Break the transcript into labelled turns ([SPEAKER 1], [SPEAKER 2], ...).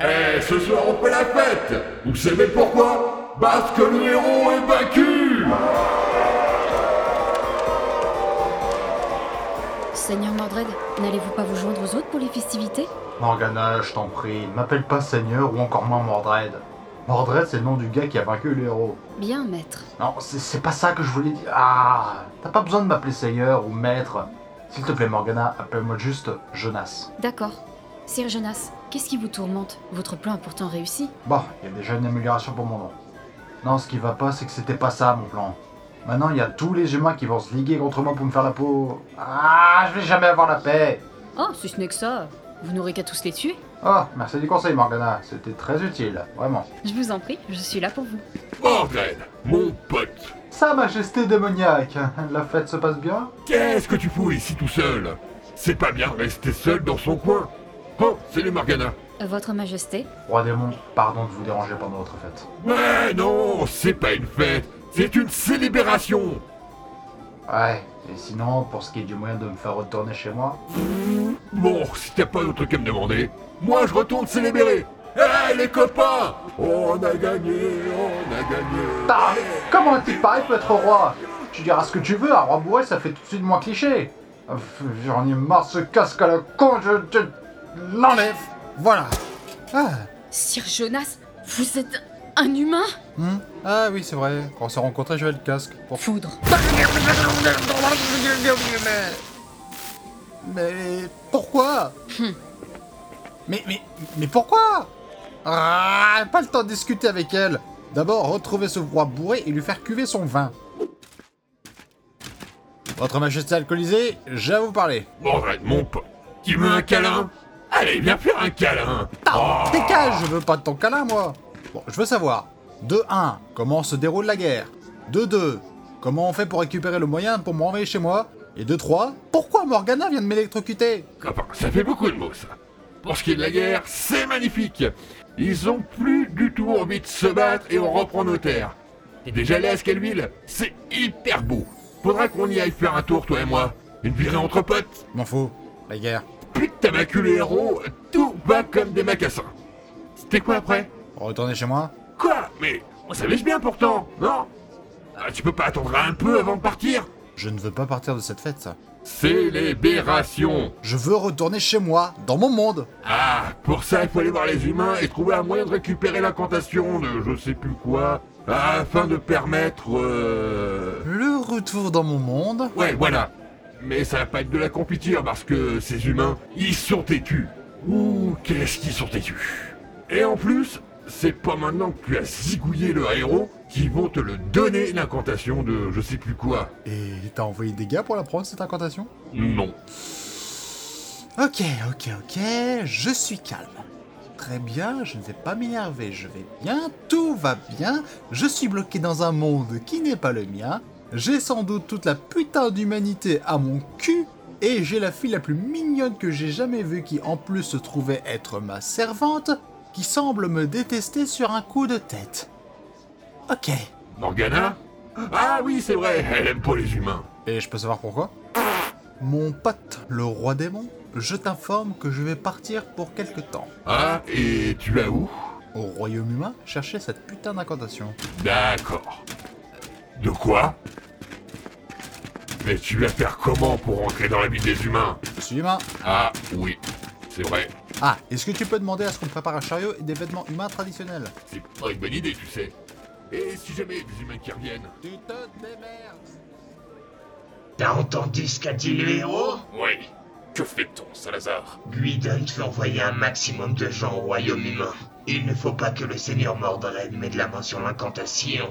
[SPEAKER 1] Eh, ce soir on fait la fête Vous savez pourquoi Parce que le héros est vaincu
[SPEAKER 2] Seigneur Mordred, n'allez-vous pas vous joindre aux autres pour les festivités
[SPEAKER 3] Morgana, je t'en prie, ne m'appelle pas Seigneur ou encore moins Mordred. Mordred, c'est le nom du gars qui a vaincu le héros.
[SPEAKER 2] Bien, maître.
[SPEAKER 3] Non, c'est- c'est pas ça que je voulais dire. Ah, t'as pas besoin de m'appeler Seigneur ou Maître. S'il te plaît, Morgana, appelle-moi juste Jonas.
[SPEAKER 2] D'accord. Sire Jonas, qu'est-ce qui vous tourmente Votre plan a pourtant réussi.
[SPEAKER 3] Bon, il y a déjà une amélioration pour mon nom. Non, ce qui va pas, c'est que c'était pas ça mon plan. Maintenant, il y a tous les humains qui vont se liguer contre moi pour me faire la peau. Ah, je vais jamais avoir la paix.
[SPEAKER 2] Oh, si ce n'est que ça, vous n'aurez qu'à tous les tuer.
[SPEAKER 3] Oh, merci du conseil, Morgana. C'était très utile, vraiment.
[SPEAKER 2] Je vous en prie, je suis là pour vous.
[SPEAKER 1] Mordred, mon pote
[SPEAKER 3] Sa Majesté démoniaque, la fête se passe bien
[SPEAKER 1] Qu'est-ce que tu fous ici tout seul C'est pas bien rester seul dans son coin Oh, salut Morgana
[SPEAKER 2] Votre Majesté,
[SPEAKER 3] Roi démon, pardon de vous déranger pendant votre fête.
[SPEAKER 1] Mais non, c'est pas une fête, c'est une célébration
[SPEAKER 3] Ouais, et sinon, pour ce qui est du moyen de me faire retourner chez moi,
[SPEAKER 1] Bon, si t'as pas d'autre qu'à me demander, moi je retourne célébrer Hé les copains On a gagné, on a gagné
[SPEAKER 3] Bah, comment un type pareil peut être roi Tu diras ce que tu veux, un roi bourré, ça fait tout de suite moins cliché. Euh, J'en ai marre, ce casque à la con, je te l'enlève. Voilà.
[SPEAKER 4] Ah,
[SPEAKER 2] Sire Jonas, vous êtes un humain
[SPEAKER 4] hmm. ah oui, c'est vrai. Quand on s'est rencontrés, j'avais le casque. Pour-
[SPEAKER 2] Foudre.
[SPEAKER 4] Mais pourquoi Mais mais mais pourquoi Ah, pas le temps de discuter avec elle. D'abord, retrouver ce roi bourré et lui faire cuver son vin. Votre Majesté alcoolisée, j'ai à vous parler.
[SPEAKER 1] Mordred, mon pote, tu veux un câlin Allez, viens faire un câlin Oh,
[SPEAKER 4] Ah, Dégage, je veux pas de ton câlin, moi Bon, je veux savoir. 2-1, comment se déroule la guerre 2-2, comment on fait pour récupérer le moyen pour me renvoyer chez moi Et 2-3, pourquoi Morgana vient de m'électrocuter
[SPEAKER 1] copain, ça fait beaucoup de mots ça Pour ce qui est de la guerre, c'est magnifique Ils ont plus du tout envie de se battre et on reprend nos terres T'es déjà allé à Scalville C'est hyper beau Faudra qu'on y aille faire un tour, toi et moi Une virée entre potes
[SPEAKER 4] Je M'en fous, la guerre.
[SPEAKER 1] Plus de tabacu les héros, tout va comme des macassins C'était quoi après
[SPEAKER 4] Retournez chez moi
[SPEAKER 1] Quoi Mais on savait bien pourtant, non Ah, Tu peux pas attendre un peu avant de partir
[SPEAKER 4] Je ne veux pas partir de cette fête, ça.
[SPEAKER 1] Célébration
[SPEAKER 4] Je veux retourner chez moi, dans mon monde
[SPEAKER 1] Ah, pour ça, il faut aller voir les humains et trouver un moyen de récupérer l'incantation de je sais plus quoi, afin de permettre... euh,
[SPEAKER 4] Le retour dans mon monde
[SPEAKER 1] Ouais, voilà. Mais ça va pas être de la confiture, parce que ces humains, ils sont têtus. Ouh, qu'est-ce qu'ils sont têtus Et en plus, c'est pas maintenant que tu as zigouillé le héros qu'ils vont te le donner l'incantation de je sais plus quoi.
[SPEAKER 4] Et t'as envoyé des gars pour la prendre, cette incantation
[SPEAKER 1] Non.
[SPEAKER 4] Ok, ok, ok, je suis calme. Très bien, je ne vais pas m'énerver, je vais bien, tout va bien, je suis bloqué dans un monde qui n'est pas le mien, j'ai sans doute toute la putain d'humanité à mon cul, et j'ai la fille la plus mignonne que j'ai jamais vue qui en plus se trouvait être ma servante, qui semble me détester sur un coup de tête. Ok.
[SPEAKER 1] Morgana Ah oui, c'est vrai, elle aime pas les humains.
[SPEAKER 4] Et je peux savoir pourquoi Mon pote, le roi démon, je t'informe que je vais partir pour quelque temps.
[SPEAKER 1] Ah, et tu vas où
[SPEAKER 4] au royaume humain chercher cette putain d'incantation.
[SPEAKER 1] D'accord. De quoi Mais tu vas faire comment pour entrer dans la vie des humains
[SPEAKER 4] Je suis humain.
[SPEAKER 1] Ah oui, c'est vrai.
[SPEAKER 4] Ah, est-ce que tu peux demander à ce qu'on me prépare un chariot et des vêtements humains traditionnels
[SPEAKER 1] C'est pas une bonne idée, tu sais. Et si jamais il y a des humains qui reviennent
[SPEAKER 4] Tu te démerdes
[SPEAKER 5] T'as entendu ce qu'a dit le héros
[SPEAKER 1] Oui. Que fait-on, Salazar
[SPEAKER 5] Guidon fait envoyer un maximum de gens au royaume humain. Il ne faut pas que le seigneur Mordred mette la main sur l'incantation.